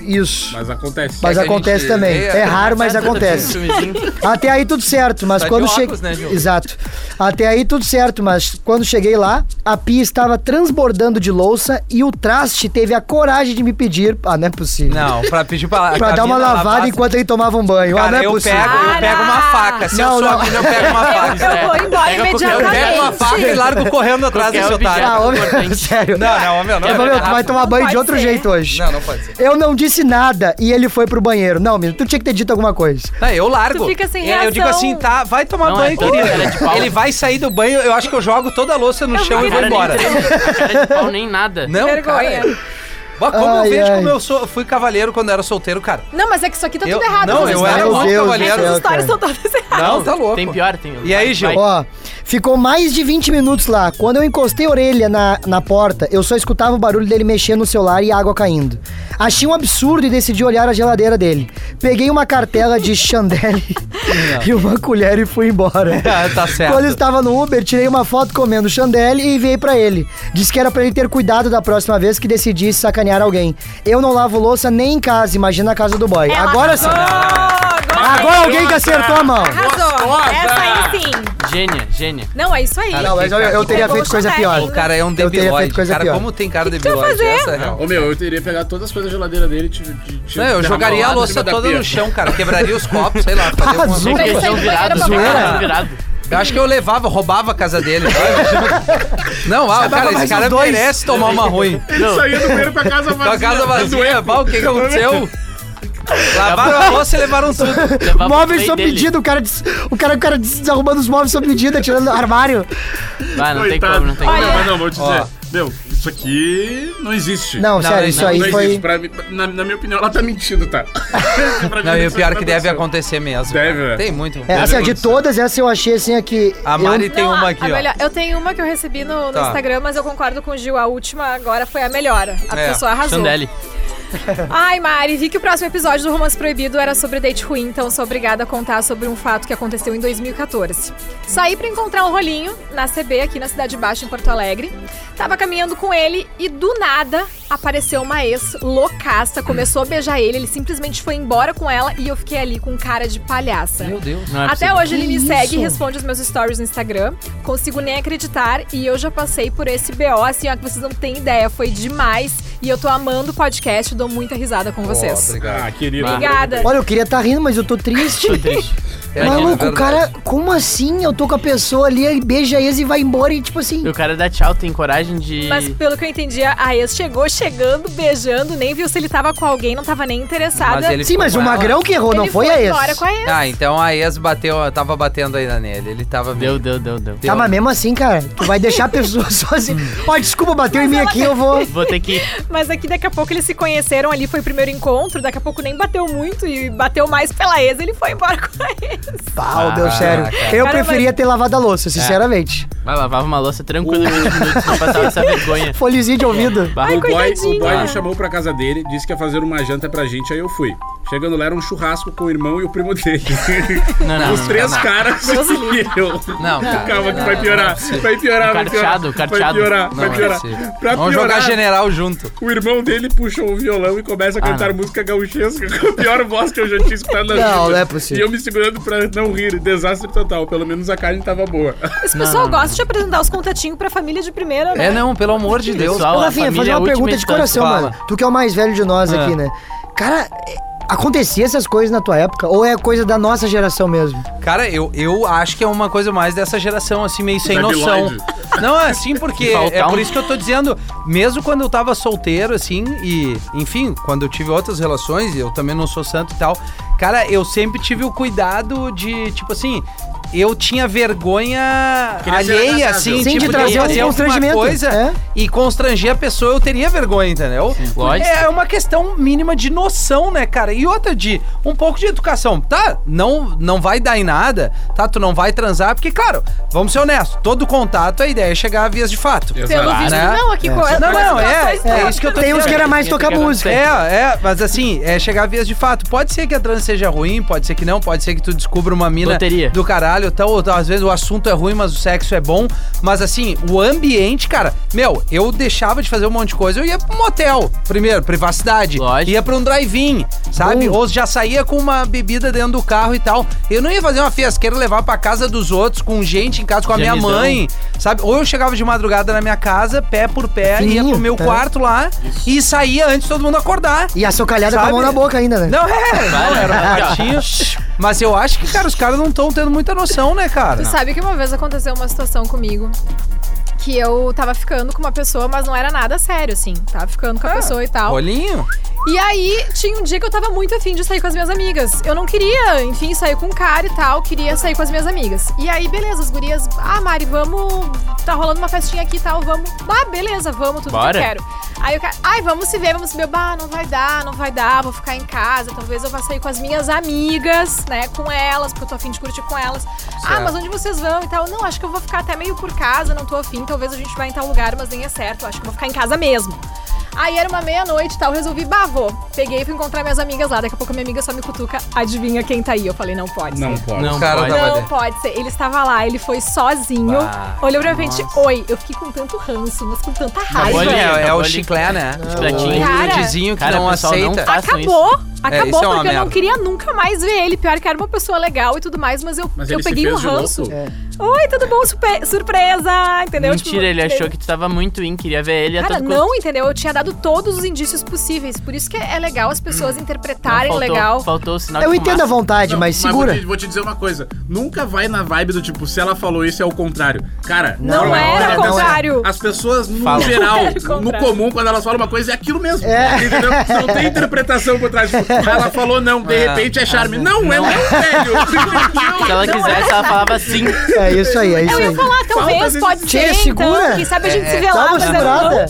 Isso. Mas acontece. Mas que a acontece gente também. vê, É é raro, mas Sabe, tu tá acontece. vendo um filmezinho? Até aí tudo certo, mas Tá de quando óculos, cheguei. né, Diogo? Exato. Até aí tudo certo, mas quando cheguei lá, a pia estava transbordando de louça e o traste teve a coragem de me pedir. Ah, não é possível. Não, pra pedir pra. Pra que a dar uma mina lavada lavasse. enquanto ele tomava um banho. ah, não Cara, é eu possível. pego, eu Para! pego uma faca. Se Não, eu sou não. a mina, eu pego uma faca. Eu vou embora Pega qualquer- Eu pego uma faca e imediatamente. largo correndo atrás desse Qualquer otário. Ah, objeto. ô, meu, Importante. sério. Não, não, ô, meu, não. Ô, meu, tu vai Rafa, tomar Não banho de pode outro ser. jeito hoje. Não, não pode ser. Eu não disse nada e ele foi pro banheiro. Não, menino, tu tinha que ter dito alguma coisa. Não, Tá, eu largo. Tu fica sem Eu- Eu digo reação. assim, tá, vai tomar Não, é banho, todo querido. cara de pau. Ele vai sair do banho, eu acho que eu jogo toda a louça no Eu chão vou e vou virar embora. Cara de pau nem nada. Não, Vergonha. cara. Ó, como Ai, eu vejo ai. como eu sou, fui cavaleiro quando eu era solteiro, cara. Não, mas é que isso aqui tá Eu- tudo errado. não, essas eu histórias. era um Meu Deus Essas do céu, cara. histórias são todas erradas. Não, tá louco. Tem pior, tem. E aí, Gil? Vai. Ó, ficou mais de 20 minutos lá. Quando eu encostei a orelha na, na porta, eu só escutava o barulho dele mexendo no celular e a água caindo. Achei um absurdo e decidi olhar a geladeira dele. Peguei uma cartela de chandelle e uma colher e fui embora. Ah, tá certo. Quando estava no Uber, tirei uma foto comendo chandelle e enviei pra ele. Disse que era pra ele ter cuidado da próxima vez que decidisse sacanear alguém. Eu não lavo louça nem em casa, imagina a casa do boy. Ela Agora sim. arrasou, agora Agora alguém que acertou a mão. Arrasou. Essa aí sim. Gênia, gênia. Não, é isso aí. Cara, Não, mas eu, eu teria Pegou feito coisa o pior. chandelle. O cara é um Eu teria feito debilóide. coisa Cara, pior. como tem cara Que tá que tu vai debilóide? fazer? Essa é a real. Ô meu, eu teria pegado todas as coisas da geladeira dele e te, te, te Não, eu derramar jogaria lá a em louça cima da toda pia. no chão, cara. Quebraria os copos, sei lá. Fazer alguma Azul. coisa. Pra ele sair Queijão do virado, banheiro pra pegar zoeira. queijão água. virado. Eu acho que eu levava, roubava a casa dele. Não, ah, cara, esse mais cara os dois. merece tomar uma ruim. Ele saía do banheiro com a casa Com vazia. a casa vazia, doendo. pá, o que que aconteceu? Lavaram a louça e levaram tudo. Levava o Móveis play sob dele. medida, o cara, des- o cara, o cara des- desarrumando os móveis sob medida, tirando do armário. Vai, não tem Coitado. como, não tem Não, Olha. como. mas não, vou te dizer. Ó. Meu, isso aqui não existe. Não, Não, sério, não, isso não, aí não foi. existe. Pra mim, na, na minha opinião, ela tá mentindo, tá? Pra mim, Não, e o isso pior é não que deve aconteceu. acontecer mesmo. Deve, né? Tem muito. É, assim, ó, de acontecer. todas essas eu achei assim aqui. A Mari tem Não, uma a- aqui, a ó. melhor- eu tenho uma que eu recebi no, no Tá. Instagram, mas eu concordo com o Gil. A última agora foi a melhor. A É, pessoa arrasou. Chandelle. Ai, Mari, vi que o próximo episódio do Romance Proibido era sobre date ruim, então sou obrigada a contar sobre um fato que aconteceu em 2014. Saí pra encontrar um rolinho na CB, aqui na Cidade Baixa, em Porto Alegre. Tava caminhando com ele e do nada apareceu uma ex loucaça, começou a beijar ele, ele simplesmente foi embora com ela e eu fiquei ali com cara de palhaça. Meu Deus. Não é Até possível. hoje ele me Que segue e isso? responde os meus stories no Instagram. Consigo nem acreditar e eu já passei por esse BO, assim, ó, que vocês não têm ideia. Foi demais e eu tô amando o podcast, dou muita risada com vocês. Ó, obrigado. Ah, querido. Obrigada. Obrigada. tá Olha, eu queria estar rindo, mas eu tô triste. Tô triste. É, Maluco, é o cara, verdade. como assim? Eu tô com a pessoa ali, aí beija ex e vai embora e tipo assim. E o cara dá tchau, tem coragem de. Mas pelo que eu entendi, a ex chegou chegando, beijando, nem viu se ele tava com alguém, não tava nem interessada. Mas ele Sim, mas o ficou com ela. magrão que errou, Ele não foi a ex. embora com a ex. Ah, então a ex bateu, tava batendo ainda nele. Ele tava Deu, meio. deu, deu, deu. Tá, mas mesmo assim, cara, tu vai deixar a pessoa sozinha. Ó, desculpa, bateu em mim tá- aqui, eu vou. Vou ter que. Mas aqui daqui a pouco eles se conheceram ali, foi o primeiro encontro, daqui a pouco nem bateu muito e bateu mais pela ex, ele foi embora com a ex. Pau, deu Caraca. sério. Eu Cara, preferia ter lavado a louça, sinceramente. Vai, lavava uma louça tranquilo em 20 minutos, não passava essa vergonha. Folhezinho de ouvido. Bah, Ai, o O boy, coitadinha. o boy me chamou pra casa dele, disse que ia fazer uma janta pra gente, aí eu fui. Chegando lá era um churrasco com o irmão e o primo dele. Não, não, Os não, três não. caras seguiram. Não, cara, Calma, que não, vai piorar. Vai piorar, vai piorar. Carteado, carteado. Vai piorar, Não, vai é piorar. possível. Pra Vamos jogar piorar, general junto. o irmão dele puxa o violão e começa a Ah, cantar não. música gauchesca com a pior voz que eu já tinha escutado na Não, vida. não é possível. E eu me segurando pra não rir. Desastre total. Pelo menos a carne tava boa. Esse Não, pessoal não, gosta de apresentar os contatinhos pra família de primeira, né? É, não, pelo amor de Deus. Pessoal, Ô, a Rafinha, família fazer é a uma última pergunta de instância. coração, Fala. mano. Tu que é o mais velho de nós aqui, né? Cara, é- acontecia essas coisas na tua época? Ou é coisa da nossa geração mesmo? Cara, eu, eu acho que é uma coisa mais dessa geração, assim, meio sem noção. Debilóide. Não, é assim porque. Faltar É um- por isso que eu tô dizendo, mesmo quando eu tava solteiro, assim, e, enfim, quando eu tive outras relações, eu também não sou santo e tal. Cara, eu sempre tive o cuidado de, tipo assim, eu tinha vergonha Queria ser alheia, agradável. assim, Sim, de tipo, eu trazer um fazer alguma constrangimento, coisa é. e constranger a pessoa, eu teria vergonha, entendeu? lógico. É uma questão mínima de noção, né, cara? E outra de um pouco de educação, tá? Não, não vai dar em nada, tá? Tu não vai transar, porque, claro, vamos ser honestos, todo contato, a ideia é chegar a vias de fato. Pelo Exato. visto, né? não, aqui É. co- Não, as não, é, situações é não. isso que eu tô Tem uns dizendo. que era mais Tinha que tocar ficar música. Certo. É, é, mas assim, é chegar a vias de fato. Pode ser que a trans seja ruim, pode ser que não, pode ser que tu descubra uma mina Loteria. do caralho, tal, ou tal, às vezes o assunto é ruim, mas o sexo é bom. Mas assim, o ambiente, cara, meu, eu deixava de fazer um monte de coisa, eu ia pra um motel, primeiro, privacidade. Lógico. Ia pra um drive-in, sabe? Bom. Ou já saía com uma bebida dentro do carro e tal. Eu não ia fazer uma fiasqueira levar pra casa dos outros, com gente em casa, com a minha Gemidão. mãe, sabe? Ou eu chegava de madrugada na minha casa, pé por pé, ia Fininho, pro meu tá. quarto quarto lá e saía antes de todo mundo acordar. E a socalhada com a Sabe? mão na boca ainda, né? Não, é, não, era Ah, um gatinho. Mas eu acho que, cara, os caras não estão tendo muita noção, né, cara? Tu sabe que uma vez aconteceu uma situação comigo que eu tava ficando com uma pessoa, mas não era nada sério, assim. Tava ficando Ah, com a pessoa e tal. Olhinho? E aí, tinha um dia que eu tava muito afim de sair com as minhas amigas. Eu não queria, enfim, sair com um cara e tal, queria sair com as minhas amigas. E aí, beleza, as gurias, ah, Mari, vamos. Tá rolando uma festinha aqui e tal, vamos. Ah, beleza, vamos, tudo Bora. que eu quero. Aí o cara, ai, vamos se ver, vamos se ver. Bah, não vai dar, não vai dar, vou ficar em casa. Talvez eu vá sair com as minhas amigas, né, com elas, porque eu tô afim de curtir com elas. Ah, mas onde vocês vão e tal? Não, acho que eu vou ficar até meio por casa, não tô afim. Talvez a gente vá em tal lugar, mas nem é certo. Acho que eu vou ficar em casa mesmo. Aí era uma meia-noite e tal, resolvi, bah, vou. Peguei e fui encontrar minhas amigas lá. Daqui a pouco minha amiga só me cutuca, adivinha quem tá aí? Eu falei, não pode Não ser. pode. Não, O cara pode. tava Não dentro. pode ser. Ele estava lá, ele foi sozinho. Bah, olhou pra frente, oi. Eu fiquei com tanto ranço, mas com tanta raiva. Olha, Olha, é, é o olha. chiclé, né? Chicletinho. O Cara. iludizinho que Cara, não pessoal, não aceita. faz. façam Acabou, É, isso é uma acabou, porque eu não merda. queria nunca mais ver ele. Pior que era uma pessoa legal e tudo mais, mas eu, Mas eu ele se peguei um fez de ranço. louco? É. Oi, tudo bom? Surpe- surpresa! Entendeu? Tipo, Mentira, ele achou que tu tava muito in, queria ver ele a Cara, todo custo. não, entendeu? Eu tinha dado todos os indícios possíveis. Por isso que é legal as pessoas interpretarem faltou, legal. Faltou o sinal Eu de entendo a fumaça. vontade, Não, mas é segura. Vou te, vou te dizer uma coisa: nunca vai na vibe do tipo, se ela falou isso, é o contrário. Cara, é. Não, Não, é, não, era o não, contrário. As pessoas, no Falam. geral, Era o no contrário. comum, quando elas falam uma coisa, é aquilo mesmo. É. Entendeu? Não tem interpretação por trás. Tipo, ela falou não, de É. repente é charme. Não, é não, velho. Tu entendeu? Se ela quisesse, ela falava sim. É isso aí, é isso Eu ia aí. falar, talvez, Falta pode Tchê, ser, segura. então. Quem sabe a gente se vê Dá lá, uma mas eu não. segurada.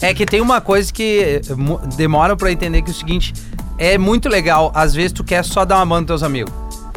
É que tem uma coisa que eh, mu- demora pra entender que é o seguinte. É muito legal, às vezes tu quer só dar uma mão nos teus amigos.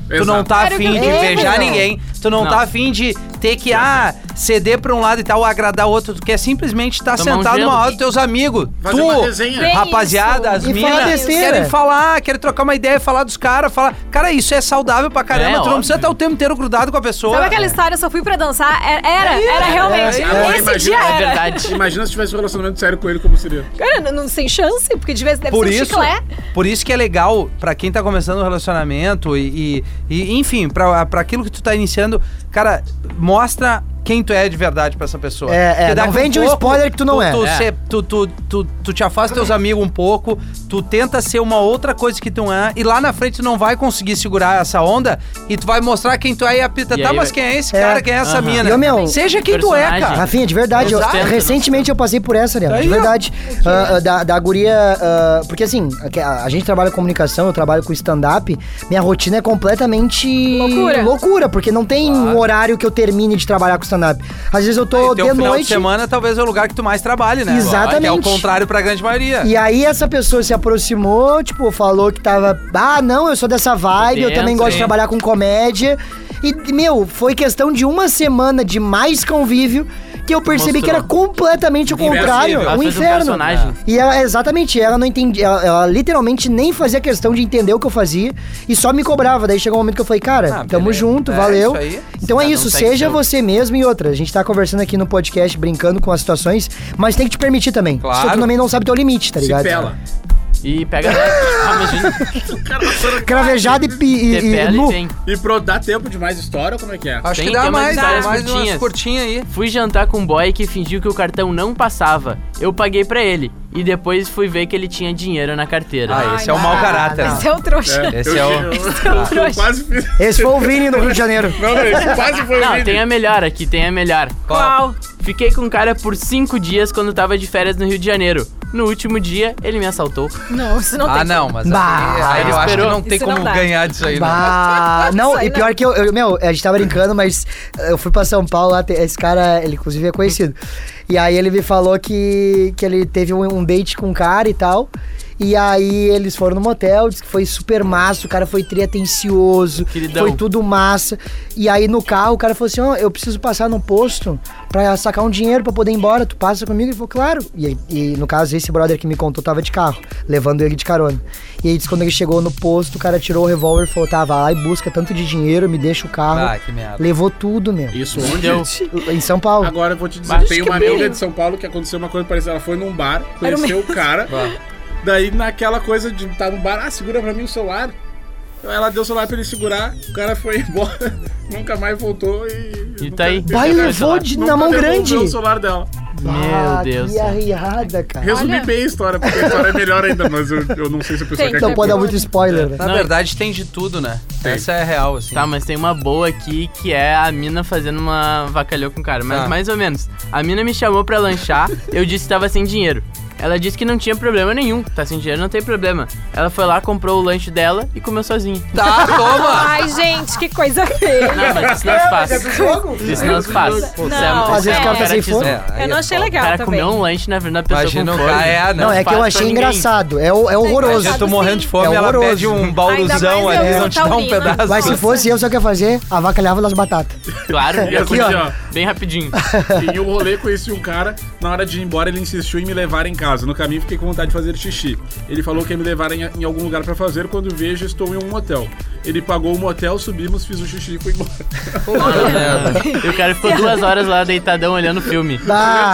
Tu não tá Era o que É afim eu de queria. beijar Não. ninguém, tu não, Não. tá afim de ter que ah, ceder pra um lado e tal, agradar o outro, tu quer simplesmente estar Tomar um sentado gelo. numa hora dos teus amigos. Fazer tu, uma resenha. Bem rapaziada, isso. as E falar minas besteira. querem falar, querem trocar uma ideia, falar dos caras, falar. Cara, isso é saudável pra caramba, É, tu não óbvio. precisa estar o tempo inteiro grudado com a pessoa. Sabe aquela história, eu só fui pra dançar? Era, era, era realmente. Agora Esse imagina, dia é era. verdade. Imagina se tivesse um relacionamento sério com ele, como seria? Cara, não, não sem chance, porque de vez deve por ser um isso, chiclé. por isso que é legal pra quem tá começando um relacionamento e, e- e, enfim, pra pra aquilo que tu tá iniciando, cara, mostra quem tu é de verdade pra essa pessoa. É, é, Porque daqui não vende um spoiler que tu não é. Tu, É. se- tu, tu, tu, tu te afasta teus amigos um pouco, tu tenta ser uma outra coisa que tu não é, e lá na frente tu não vai conseguir segurar essa onda, e tu vai mostrar quem tu é e a pita, E tá, aí mas vai- quem é esse É. cara, quem é essa Aham. mina? E, ô, meu, Seja quem tu é, cara. personagem. Rafinha, de verdade. eu- Exato. recentemente eu passei por essa, Ariana. Aí, De ó. é verdade. Ah, ah, da, da guria. ah, porque assim, a, a gente trabalha com comunicação, eu trabalho com stand-up. Minha rotina é completamente. Loucura. Loucura, porque não tem um horário que eu termine de trabalhar com stand-up. Às vezes eu tô E teu um de um final de noite. semana talvez é o lugar que tu mais trabalhe, né? Exatamente. Que é o contrário pra grande maioria. E aí essa pessoa se aproximou, tipo, falou que tava. Ah, não, eu sou dessa vibe, eu Dentro, também gosto de hein? trabalhar com comédia. E, meu, foi questão de uma semana de mais convívio que eu percebi Mostrou. que era completamente o contrário. Ela Um fez um inferno. personagem. e ela, exatamente, ela não entendia, ela, ela literalmente nem fazia questão de entender o que eu fazia e só me cobrava. Daí chegou um momento que eu falei, cara, Ah, tamo beleza. junto, É, valeu. isso aí. Então é Cada um isso, segue seja seu. você mesmo e outra. A gente tá conversando aqui no podcast, brincando com as situações, mas tem que te permitir também. Claro. Só tu também não sabe teu limite, tá ligado? Se pela. E pega. ah, imagina. Cravejado e, e, De e, e pele nu. tem. E pro, dá tempo de mais história ou como é que é? Acho Tem- que dá tem umas mais, dá histórias mais umas curtinhas. curtinhas aí. Fui jantar com um boy que fingiu que o cartão não passava. Eu paguei pra ele. E depois fui ver que ele tinha dinheiro na carteira. Ah, esse é o não. mau caráter. Esse é o trouxa. Esse é o- eu, eu quase fiz. Esse foi o Vini do Rio de Janeiro. Não, não, esse quase foi o Não, vídeo. tem a melhor aqui, tem a melhor. Qual? Fiquei com um cara por cinco dias quando tava de férias no Rio de Janeiro. No último dia, ele me assaltou. Não, isso não Ah, tem. não, mas Bah, aí, aí ele eu acho que esperou. não tem Isso como não dá. ganhar disso aí, né? Bah, não, Isso aí e pior que eu, eu- Meu, a gente tava brincando, mas eu fui pra São Paulo lá. te- Esse cara, ele inclusive é conhecido. E aí ele me falou que, que ele teve um, um date com um cara e tal. E aí eles foram no motel, disse que foi super massa, o cara foi triatencioso, Queridão. foi tudo massa. E aí no carro o cara falou assim: Ó, eu preciso passar num posto pra sacar um dinheiro pra poder ir embora. Tu passa comigo? Ele falou, claro. E, aí- e no caso, esse brother que me contou tava de carro, levando ele de carona. E aí disse que quando ele chegou no posto, o cara tirou o revólver e falou: tá, vai lá e busca tanto de dinheiro, me deixa o carro. Ah, que merda. Levou tudo, meu. Isso Não onde? deu. Em São Paulo. Agora eu vou te dizer, Mas tem que uma perigo. amiga de São Paulo que aconteceu uma coisa parecida. Ela foi num bar, Era o conheceu o cara. Bah. Daí naquela coisa de tá no bar, ah, segura pra mim o celular. Então, Ela deu o celular pra ele segurar, o cara foi embora, nunca mais voltou e. E nunca- tá aí. Vai, Nunca levou mais de- nunca na mão devolveu grande. o celular dela. Meu Deus. Ah, Que arriada, cara. Resumi Olha. bem a história, porque a história é melhor ainda, mas eu, eu não sei se a pessoa Tem. quer Não Então, pode dar muito spoiler, né? Na Não, verdade, tem de tudo, né? Tem. Essa é a real, assim. Tá, mas tem uma boa aqui que é a mina fazendo uma vacalhou com o cara. Mas Tá. mais ou menos. A mina me chamou pra lanchar, eu disse que tava sem dinheiro. Ela disse que não tinha problema nenhum. Tá sem dinheiro, não tem problema. Ela foi lá, comprou o lanche dela e comeu sozinha. Tá, toma! Ai, gente, que coisa feia. Não, mas isso não se é faz. Isso não se faz. Isso é Não, Às vezes o cara tá sem feratismo. fome. aí Eu não achei foda. O legal cara também. comeu um lanche na frente da pessoa Imagina o com fome. cara, é, não. Não, é que eu faz pra achei ninguém. engraçado. É, o- é horroroso. Imagina tu morrendo de fome, É ela horroroso. pede um Ainda bauruzão mais ali, eles eu não com te dá um taurina. pedaço. Mas se fosse eu, só que eu ia fazer, avacalhava nas batatas. Claro, assim, E aqui, ó. bem rapidinho. E eu rolê, conheci um cara, na hora de ir embora ele insistiu em me levar em casa. No caminho fiquei com vontade de fazer xixi. Ele falou que ia me levar em, em algum lugar pra fazer, quando vejo estou em um motel. Ele pagou o motel, subimos, fiz o xixi e fui embora. e o cara ficou duas horas lá deitadão olhando filme. Ah,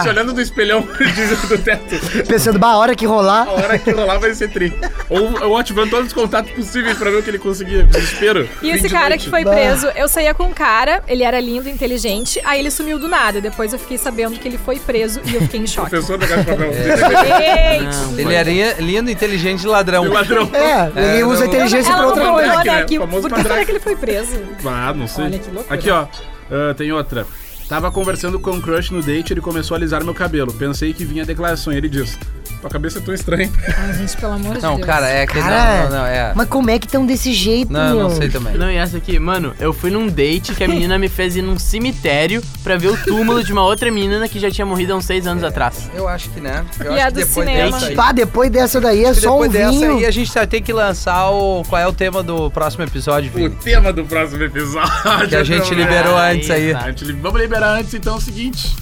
Se olhando do espelhão diz do teto, pensando, bah, a hora que rolar. a hora que rolar vai ser tri. Ou eu ativando todos os contatos possíveis pra ver o que ele conseguia. Desespero. E Fim esse de cara noite. que foi Bah. preso, eu saía com um cara, ele era lindo, inteligente, aí ele sumiu do nada. Depois eu fiquei sabendo que ele foi preso e eu fiquei em choque. Professor da Casa de Papel. É. Gente! Não, Ele era lindo, inteligente e ladrão. O Ladrão. É, ele É, usa não- a inteligência Ela pra não outra falou coisa. Mandrake, nada né? aqui. O famoso Por que será Mandrake. que ele foi preso? Ah, não sei. Olha que loucura. Aqui, ó. Ah, tem outra. Tava conversando com um crush no date, ele começou a alisar meu cabelo. Pensei que vinha a declaração. E ele disse: Tua cabeça é tão estranha. Ai, gente, pelo amor de Não, Deus. cara, é que Cara, não, não, não, é. mas como é que tão desse jeito, Não, eu meu? não sei também. Não, e essa aqui, mano, eu fui num date que a menina me fez ir num cemitério pra ver o túmulo de uma outra menina que já tinha morrido há uns seis É. anos atrás. Eu acho que, né? Eu E acho a que do depois cinema. dessa aí- Pá, depois dessa daí é Acho que só um depois dessa vinho. aí a gente vai ter que lançar o. Qual é o tema do próximo episódio, O Vini? tema do próximo episódio. Que a gente liberou Aí, antes aí. tá. A gente li- Vamos liberar antes, então, o seguinte: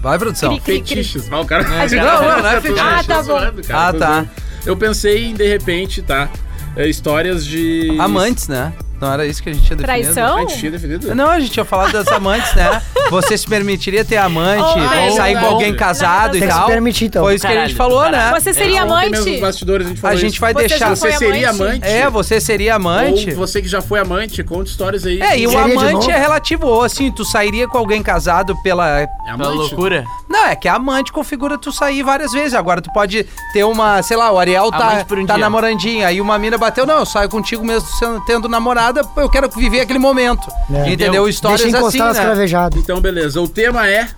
Vai, produção. Cri, cri. fetiches. Vai, o cara. Não, não, não é Ah, fetiche. tá bom. Ah, tá. Eu pensei em, de repente, tá? é, Histórias de. Amantes, né? Não era isso que a gente tinha definido? Traição? A gente tinha definido? Não, a gente tinha falado das amantes, né? Você se permitiria ter amante, Olha, sair com não. alguém casado Nada e Tem que se tal? permitir, então. Foi isso que a gente Caralho, falou, né? caralho. Você seria Ontem É, mesmo amante? nos bastidores a gente A falou gente isso. vai Você deixar. já foi Você seria amante? amante? É, você seria amante? Ou você que já foi amante, conta histórias aí. É, e o Seria de amante novo? é relativo. Ou assim, tu sairia com alguém casado pela. É Pela amante. Tá loucura. Não, é que amante configura tu sair várias vezes. Agora tu pode ter uma, sei lá, o Ariel tá, Amante por um tá dia. namorandinha. Aí uma mina bateu, não, eu saio contigo mesmo sendo- tendo namorada, eu quero viver aquele momento. É. Entendeu? Deixa Histórias encostar assim, as né? cravejadas. Então, beleza. O tema é.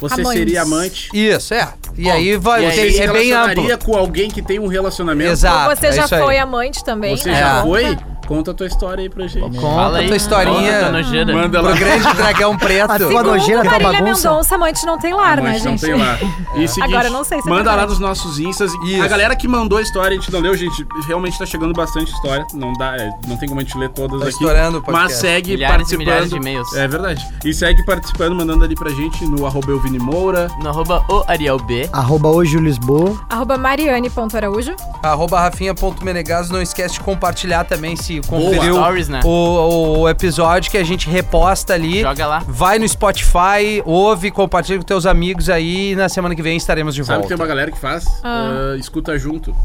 Você Amantes. seria amante? Isso, é. E Bom, aí vai, e aí tem- Você se é bem amplo. relacionaria com alguém que tem um relacionamento? Exato. Você é já isso aí. foi amante também, Você né? já É. foi? Conta a tua história aí pra gente. Fala Conta aí. tua historinha. Conta tua nojeira. Manda lá. Pro grande dragão preto. A tua Assim Como nojeira, tua Marília tá bagunça. Mendonça, amante não tem lar, né, Amante, não gente? tem lá. E seguinte, Agora eu não sei se é manda lá verdade. nos nossos instas. E Isso. A galera que mandou a história, a gente não leu, gente. Realmente tá chegando bastante história. Não dá, é, não tem como a gente ler todas Tá aqui. estourando o podcast. Mas segue Milhares e participando. milhares de e-mails. É verdade. E segue participando, mandando ali pra gente no arroba Elvini Moura. No arroba o Ariel B. Arroba hoje o Lisboa. Arroba Mariane.araújo. Arroba Rafinha.menegas, não esquece de compartilhar também se conferiu Stories, né? o, o episódio que a gente reposta ali. Joga lá. Vai no Spotify, ouve, compartilha com teus amigos aí e na semana que vem estaremos de Sabe que tem volta. uma galera que faz? Ah. Ah, escuta junto.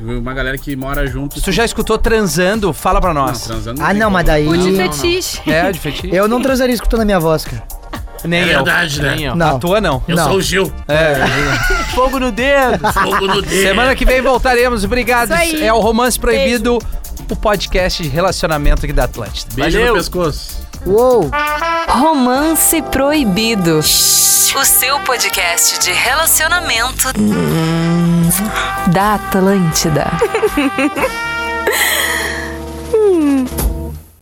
Uma galera que mora junto. assim, Se tu já escutou transando, fala pra nós. transando Ah, tem não, como. mas daí... O de fetiche. É, de feitiço? Eu não transaria escutando a minha voz, cara. Nem É eu. verdade, né? Nem eu. Não. A tua não. Eu Não. sou o Gil. É. Fogo no dedo. Fogo no dedo. Semana que vem voltaremos. Obrigado. Isso aí. É o Romance Proibido, o podcast de relacionamento aqui da Atlântida. Beijo Valeu. no pescoço. Uou! Romance Proibido. O seu podcast de relacionamento da Atlântida.